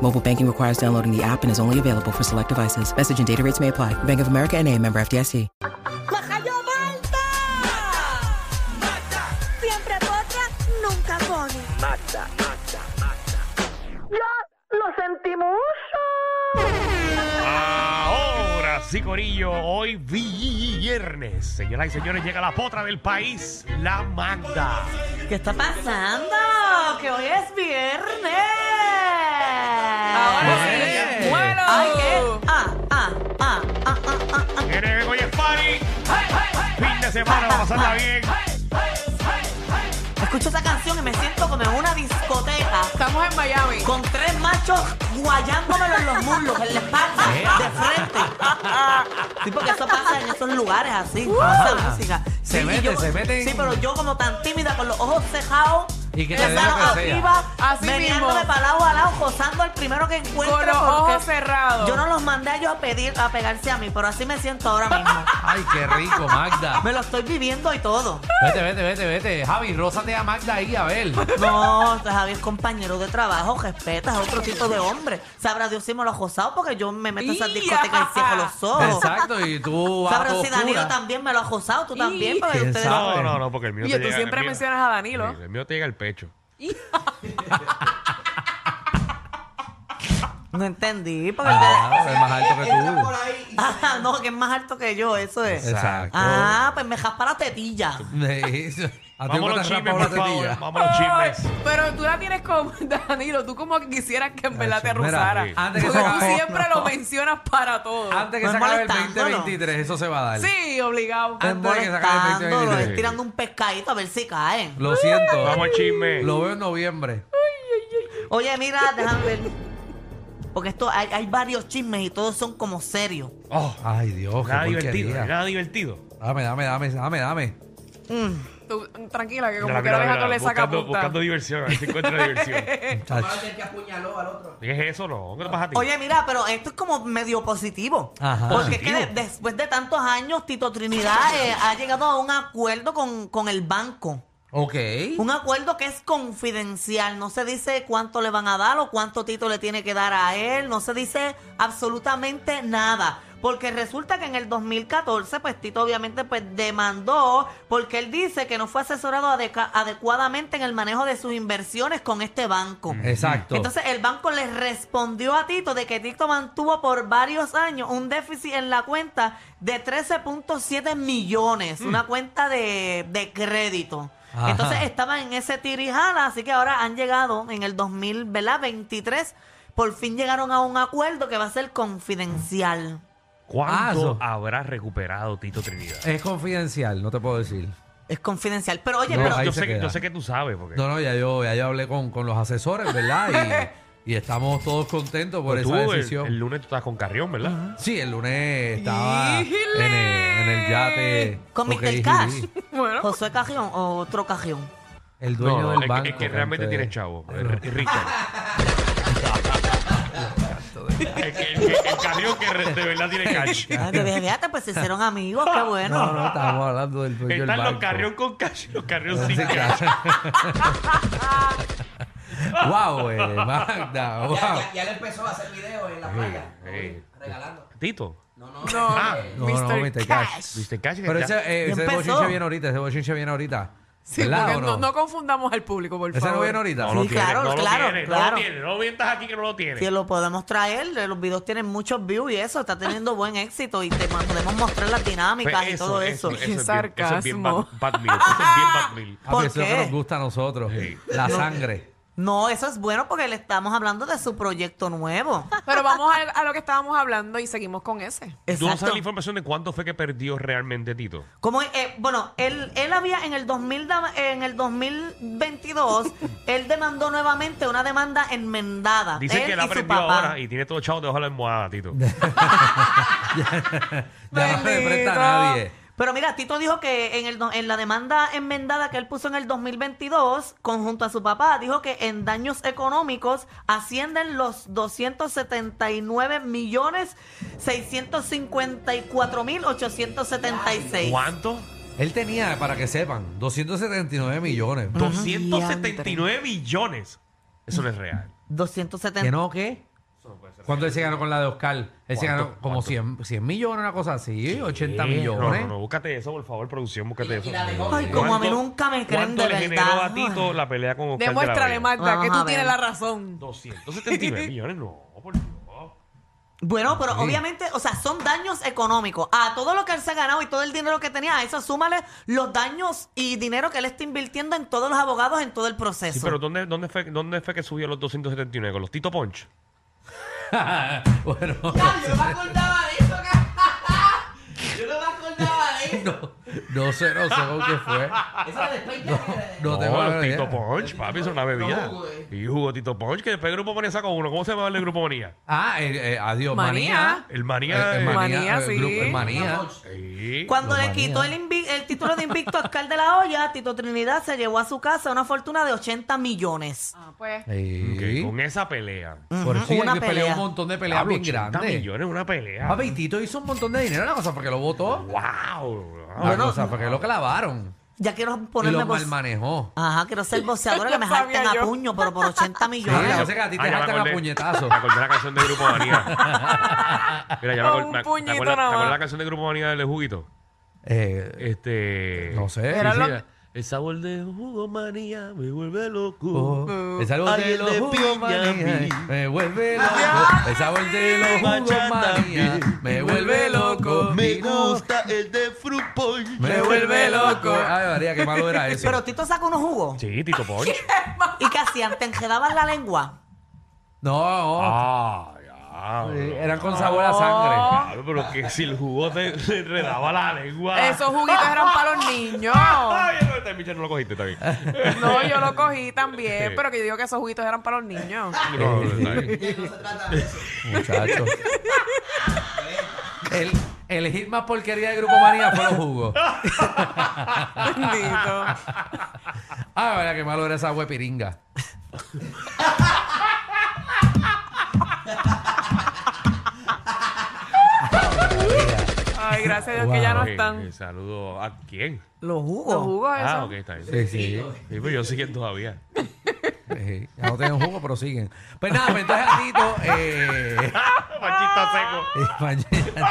Mobile banking requires downloading the app and is only available for select devices. Message and data rates may apply. Bank of America and a member FDIC. ¡Majayo Malta! Siempre potra, nunca pone. ¡Ya lo sentimos! Ahora sí, Corillo, hoy viernes. Señoras y señores, llega la potra del país, la Magda. ¿Qué está pasando? Que hoy es viernes. Ahora sí. Ay, Bueno. qué- Ah, ah, ah, ah, ah, ah, ah. Viene hoy es party. Fin de semana, va a pasarla bien. Escucho esa canción y me siento como en una discoteca Estamos en Miami. con tres machos guayándomelo en los muslos, en la espalda, de frente. Sí, porque eso pasa en esos lugares así, esa música. Ah. Se Sí, y mete, yo- se mete. Sí, pero yo como tan tímida, con los ojos cejados, Y que te las dé lo manos que sea. arriba, Así meneándome mismo. para lado a lado, gozando al primero que encuentro. Con los porque ojos cerrados. Yo no los mandé a ellos a pedir, a pegarse a mí, pero así me siento ahora mismo. Ay, qué rico, Magda. Me lo estoy viviendo y todo. Vete, vete, vete, vete. Javi, rózate a Magda ahí, a ver. No, Javi es compañero de trabajo, respetas a otro tipo de hombre. Sabrá Dios si me lo ha gozado porque yo me meto en esas ¡Ya! discotecas y cierro los ojos. Exacto, y tú a Sabrá si Danilo también me lo ha gozado, tú también, porque ¿Quién ustedes... sabe? No, no, no, porque el mío Oye, te tú llega. siempre el mío- mencionas a Danilo. Sí, El mío te llega al pecho. No entendí, porque el de- Ah, es más alto que tú. Ah, no, que es más alto que yo, eso es. Exacto. Ah, pues me jaspa la tetilla. Eso. A ti Vamos a los nunca te has chismes, rapado la por favor. tetilla. Vamos a los chismes. Pero tú la tienes como Danilo, tú como que quisieras que en verdad te Mira, arruzara. sí. antes que se Porque tú acabe- siempre lo mencionas para todo. Antes que No se es acabe el molestando, 2023, eso se va a dar. Sí, obligado. Ah. Antes de que se acabe el 2023. Molestándolo, es tirando un pescadito a ver si caen. Lo siento. Vamos al chisme. Lo veo en noviembre. Oye, mira, déjame ver. Porque esto hay, hay varios chismes y todos son como serios. Oh, Ay, Dios, qué nada divertido, porquería. nada divertido. Dame, dame, dame, dame, dame. Tú, tranquila, que Mira, como que mira, la deja mira, todo le saca buscando, punta. buscando diversión, a ver si encuentra diversión. Eh, Chacho. ¿Qué es eso, no? ¿Qué te pasa a ti? Oye, mira, pero esto es como medio positivo. Ajá. Porque es que Positivo. de- después de tantos años, Tito Trinidad eh, ha llegado a un acuerdo con, con el banco. Ok. Un acuerdo que es confidencial, no se dice cuánto le van a dar o cuánto Tito le tiene que dar a él, no se dice absolutamente nada. Porque resulta que en el 2014, pues Tito obviamente pues demandó porque él dice que no fue asesorado adeca- adecuadamente en el manejo de sus inversiones con este banco. Exacto. Entonces el banco le respondió a Tito de que Tito mantuvo por varios años un déficit en la cuenta de 13.7 millones, una cuenta de, de crédito. Mm. Ajá. Entonces estaban en ese tirijala, así que ahora han llegado en el 2023, por fin llegaron a un acuerdo que va a ser confidencial. Ah, ¿Cuánto eso. habrá recuperado Tito Trinidad? Es confidencial, no te puedo decir. Es confidencial, pero oye, No, pero... ahí yo, se sé que, yo queda. sé que tú sabes, porque No, no, ya yo, ya yo hablé con, con los asesores, ¿verdad? Y, y estamos todos contentos por Pues tú, esa el- decisión. El, lunes tú estás con Carrión, ¿verdad? Sí, el lunes estaba en el, en el yate. Con porque Mr. dije, Cash. "Sí, Bueno, José Cajión o otro Cajión. No, El dueño no, del es, banco. que, es que realmente gente. tiene chavo. Y Richard. el, que- el que- el Carrión que re- de verdad tiene cash. Ah, yo dije, fíjate, pues se hicieron amigos, qué bueno. No, no, estábamos hablando del dueño del Están banco. los Carrión con cash y los Carrión sin Sin cash. cash. wow, eh, Magda, wow. Ya, ya- ya le empezó a hacer videos en la playa. Eh, Regalando. Tito, No, no. no, Ah, No, Mr. no, Mr. Cash. Mr. Cash que Pero está- ese, eh, Ya ese empezó. bochinche viene ahorita, ese bochinche viene ahorita. Sí, ¿Verdad porque o no? no, no confundamos al público, por ¿Ese no favor. viene ahorita? Sí, claro, no lo claro, tiene, No claro. lo tiene, no lo mientas aquí que no lo tiene. Si lo podemos traer, los videos tienen muchos views y eso, está teniendo buen éxito y te podemos mostrar las Pues dinámicas y todo Eso, eso. es bien- Qué eso es bien bad, sarcasmo. bad meal. Eso es bien bad meal. Ah, ¿Por pero eso es lo qué? que nos gusta a nosotros. Sí. La sangre. No, eso es bueno porque le estamos hablando de su proyecto nuevo. Pero vamos a, a lo que estábamos hablando y seguimos con ese. ¿Tú no Exacto. sabes la información de cuánto fue que perdió realmente Tito? Como, eh, bueno, él, él había en el, 2000, da- en el 2022, él demandó nuevamente una demanda enmendada. Dicen él que y la su aprendió papá. ahora y tiene todo echado debajo de la almohada, Tito. Ya no le presta a nadie. Pero mira, Tito dijo que en, el, do- en la demanda enmendada que él puso en el 2022, conjunto a su papá, dijo que en daños económicos ascienden los 279 millones 654 mil 876. ¿Cuánto? Él tenía, para que sepan, 279 millones. 279 millones. Eso no es real. 270. ¿Que no qué? ¿Cuánto él se ganó con la de Oscar? Él se ¿Cuánto? ganó como ¿Cuánto? 100, 100 millones, una cosa así, 80 Eh, No, millones. no, no, búscate eso, por favor, producción, búscate eso. Ay, como a mí nunca me creen ¿Cuánto de le generó verdad? a Tito la pelea con Oscar Demuéstrale, de la Hoya? Marta, Vamos que a tú ver. tienes la razón. 279 millones, no, por Dios. Bueno, pero obviamente, o sea, son daños económicos. A todo lo que él se ha ganado y todo el dinero que tenía, a eso súmale los daños y dinero que él está invirtiendo en todos los abogados en todo el proceso. Sí, pero ¿dónde, dónde, fue, ¿dónde fue que subió los 279? ¿Con los Tito Punch? bueno, Yo no me acordaba de eso, ca- Yo no me acordaba de eso. no, no sé, no sé con qué fue. Esa de Space Jam era de- No, No, tengo los la idea. Tito Punch, papi, eso es una bebida. No, güey. y jugo Tito Punch, que después el grupo Manía sacó uno. ¿Cómo se llama el de grupo Manía? Ah, eh, eh, adiós, manía. Manía. El Manía. Eh, eh, eh, Manía, eh, sí. grupo- eh, manía. sí. Cuando Los le manías. quitó el, invi- el título de invicto a Oscar de la Hoya, Tito Trinidad se llevó a su casa una fortuna de 80 millones. Ah, pues. Sí. Ok, Con esa pelea. Por eso Una una pelea pelea. un montón de peleas Diablo, bien 80 grandes. millones, una pelea. Papi, Tito hizo un montón de dinero en la cosa porque lo votó. ¡Wow! La cosa, porque ah. lo clavaron. Ya quiero Y ponerme lo voce- mal manejó. Ajá, quiero ser boxeadora que me Lo sabía salten a yo. puño, pero por 80 Sí, la millones. cosa es que a ti te Ah, ya me jaltan a acordé. puñetazos. Me acordé la canción de Grupo Manía. Mira, ya me Con acordé. un me- ¿Te puñito acuerdas, te nada acuerdas más. la canción de Grupo Manía del juguito? Eh, Este. no sé. Era sí, lo sí, que- El sabor de jugo manía me vuelve loco. Oh, el sabor Ay, de el los de jugos piña a manía mí. me vuelve loco. El sabor de los jugos Bachata manía bien. me vuelve loco. Me Y no- gusta el de Fruit Punch. me vuelve loco. Ay, María, qué malo era eso. Pero Tito sacó unos jugos. Sí, Tito Punch. ¿Y qué hacían? ¿Te enjedaban la lengua? No, ah, ya. eh, eran con sabor a sangre. Claro, pero que si el jugo te te enredaba la lengua. Esos juguitos eran para los niños. Ay, no, este Michel no lo cogiste también. No, yo lo cogí también, pero que yo digo que esos juguitos eran para los niños. No, no, está bien. Muchachos. El, el hit más porquería de Grupo Manía fue los jugos. Bendito. Ah, verdad, qué malo era esa huepiringa. Ay, gracias a Dios que ya no Ay, eh, están. Saludo a quién. Los Los jugos. jugos esos. Ah, ok, está bien. Sí, sí. Sí, pero yo siguen todavía. Sí, ya no tienen jugo, pero siguen. Pues nada, pues entonces a Tito. Eh, Ah. Panchito seco. eh, mañana-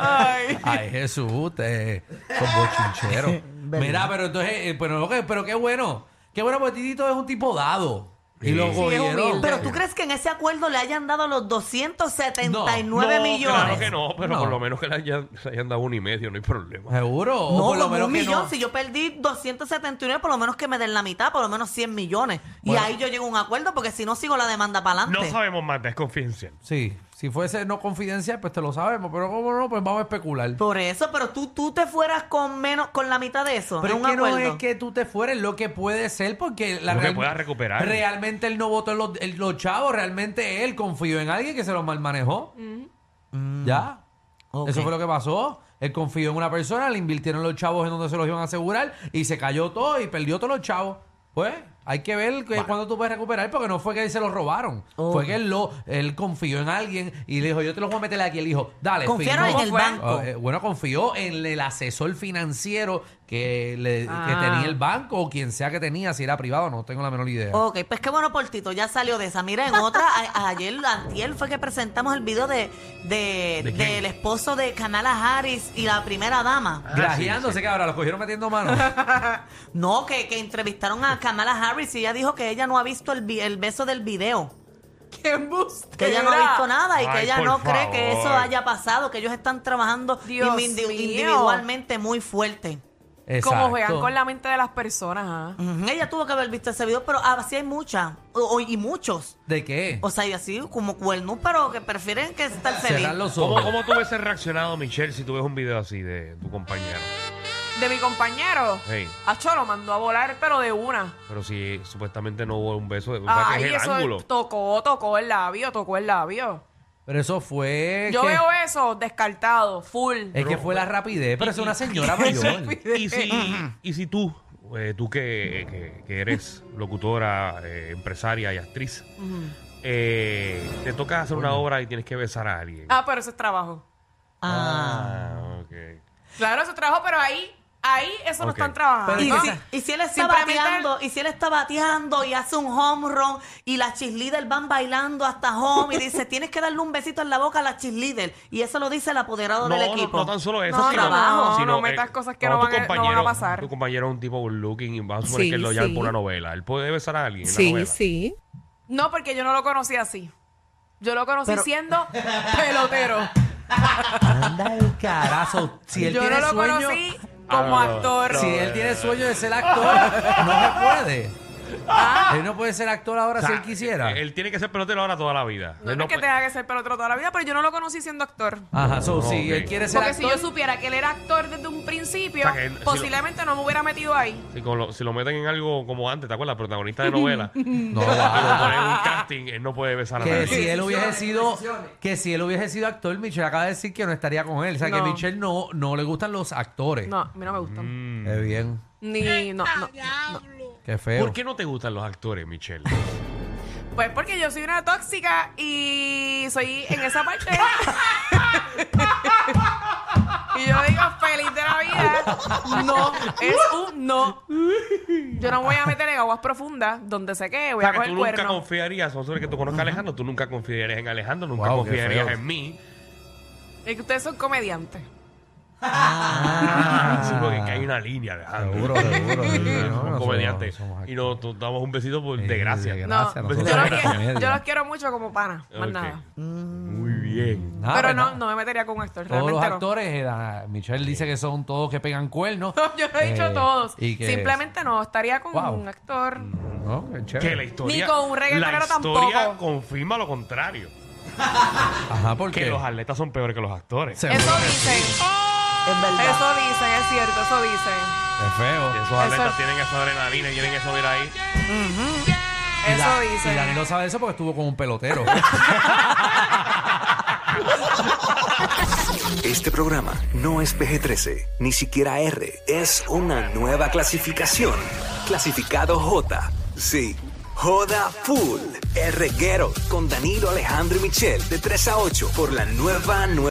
Ah, Ay. Ay, Jesús, ustedes son bochincheros. Mira, pero entonces, eh, pero, ok, pero qué bueno. Qué bueno, porque Tito es un tipo dado. Y lo Sí, es cogieron. humilde. Pero tú crees que en ese acuerdo le hayan dado los 279 No, millones. Claro que no, pero No. por lo menos que le hayan, le hayan dado uno y medio, no hay problema. Seguro. No, o por lo como menos un que millón. no. Si yo perdí 279, por lo menos que me den la mitad, por lo menos 100 millones. Bueno. Y ahí yo llego a un acuerdo porque si no sigo la demanda para No adelante. sabemos más, es confidencial. Sí, si fuese no confidencial, pues te lo sabemos. Pero como no, pues vamos a especular. Por eso, pero tú, tú te fueras con menos, con la mitad de eso. Pero en es un que acuerdo. no es que tú te fueres lo que puede ser, porque la Lo que real- pueda recuperar. Realmente él no votó en los, en los chavos, realmente él confió en alguien que se los mal manejó. Ya. Mm. Ok. Eso fue lo que pasó. Él confió en una persona, le invirtieron los chavos en donde se los iban a asegurar y se cayó todo y perdió todos los chavos. Pues, Hay que ver que- cuándo tú puedes recuperar, porque no fue que se lo robaron. Fue que él, lo, él confió en alguien y le dijo, yo te lo voy a meter aquí. Él dijo, dale. Confiaron firmó. en el Fue- banco. eh, bueno, confió en el asesor financiero que, le, que Ah. tenía el banco o quien sea que tenía, si era privado, no tengo la menor idea. Oh. Ok, pues qué bueno por Tito, ya salió de esa. Mira, en otra, a- ayer, antier, fue que presentamos el video de, de- ¿De quién? del esposo de Kamala Harris y la primera Ah, dama. Grajeándose que ahora los cogieron metiendo manos. No, que, que entrevistaron a Kamala Harris y ella dijo que ella no ha visto el, vi- el beso del video. ¡Qué embustera! Que ella no ha visto nada y que Ay, ella por no cree favor. que eso haya pasado, que ellos están trabajando Dios indi- mío. individualmente muy fuerte. Como Exacto. juegan con la mente de las personas, ah. Ujú, Ella tuvo que haber visto ese video, pero así hay muchas, o- o- y muchos. ¿De qué? O sea, y así como cuernos, pero que prefieren que estar feliz. Cerrar los ¿Cómo, ojos. ¿Cómo tú hubieses reaccionado, Michelle, si tú ves un video así de tu compañero? De mi compañero. Sí. Acho lo mandó a volar, pero de una. Pero si supuestamente no hubo un beso, de Ay, es el eso ángulo. tocó, tocó el labio, tocó el labio. Pero eso fue. Yo que- veo eso descartado, full. Es que fue la rapidez, pero es una señora Y mayor. si, y si, y si tú, eh, tú que, que- que eres locutora, eh, empresaria y actriz, eh, te toca hacer una obra y tienes que besar a alguien. Ah, pero eso es trabajo. Ah. Ah, ok. Claro, eso es trabajo, pero ahí, ahí eso no Ok. están trabajando. Pero Y Ah. si, y si él está Simplemente- bateando, y si él está bateando y hace un home run y las cheerleader van bailando hasta home y dice, tienes que darle un besito en la boca a la cheerleader. Y eso lo dice el apoderado No, del no, equipo. no tan solo eso, No, sino, trabajo. sino, eh, No metas cosas que cuando no tu van a- no van a compañero- pasar. Tu compañero es un tipo good looking y vas a suponer Sí, que él lo llaman sí. por una novela. Él puede besar a alguien en la Sí, novela. sí. No, porque yo no lo conocí así. Yo lo conocí Pero- siendo pelotero. Anda el carazo. Si él yo tiene no lo sueño. conocí Ah, como no, no, actor. Si él tiene sueño de ser actor, no se puede. Ah. Él no puede ser actor O ahora sea, si él quisiera. Él, tiene que ser pelotero ahora toda la vida. No, Él no es que puede- tenga que ser pelotero toda la vida, pero yo no lo conocí siendo actor. Ajá, so, si ok. él quiere ser Porque si actor. yo supiera que él era actor desde un principio, O sea, que él- si lo- posiblemente no me hubiera metido ahí. si, con lo, si lo meten en algo como antes, ¿te acuerdas? Protagonista de novela. no, No, claro. un casting, él no puede besar a Que nadie. si él hubiese sido decisiones. que si él hubiese sido actor, Michelle acaba de decir que no estaría con él. O sea, No. que Michelle no, no le gustan los actores. No, a mí no me gustan. Mm. Qué bien. Ni, no, no. Qué feo. ¿Por qué no te gustan los actores, Michelle? Pues porque yo soy una tóxica y soy en esa parte. y yo digo, feliz de la vida. No, es un no. Yo no voy a meter en aguas profundas donde sé que O voy sea, a que tú coger nunca cuerno. confiarías, o sobre que tú conozcas a Alejandro, tú nunca confiarías en Alejandro, nunca Wow, qué confiarías feo. en mí. Es que ustedes son comediantes. Sí, porque que hay una línea, Alejandro. Ah. Seguro, seguro. sí, Sí, no, somos no comediantes. somos- somos y nos, nos damos un besito por Sí, desgracia. de No, gracia, yo, nosotros los somos quiero, comedia. yo los quiero mucho como pana, más Ok. nada. Muy bien. Nada, Pero pues, no, nada. no me metería con un actor. Todos los realmente no. actores, eh, da- Michelle dice que son todos que pegan cuernos. No, yo no he dicho Eh, todos. y que- Simplemente no estaría con Wow. Mm. un actor. No, qué Que la chévere. historia. Ni con un reggaetonero La historia tampoco. confirma lo contrario. Ajá, porque. Que los atletas son peores que los actores. Seguro. Eso dicen. Es verdad. Eso dicen, es cierto, eso dicen. Es feo. Esos Eso atletas tienen esa adrenalina y tienen eso mira ahí. Y Eso Da- Y dicen. Danilo sabe eso porque estuvo con un pelotero. Este programa no es PG-13, ni siquiera R. Es una nueva clasificación. Clasificado J. Sí. Joda Full. R. Guerrero con Danilo Alejandro y Michel de 3 a 8 por la nueva nueva.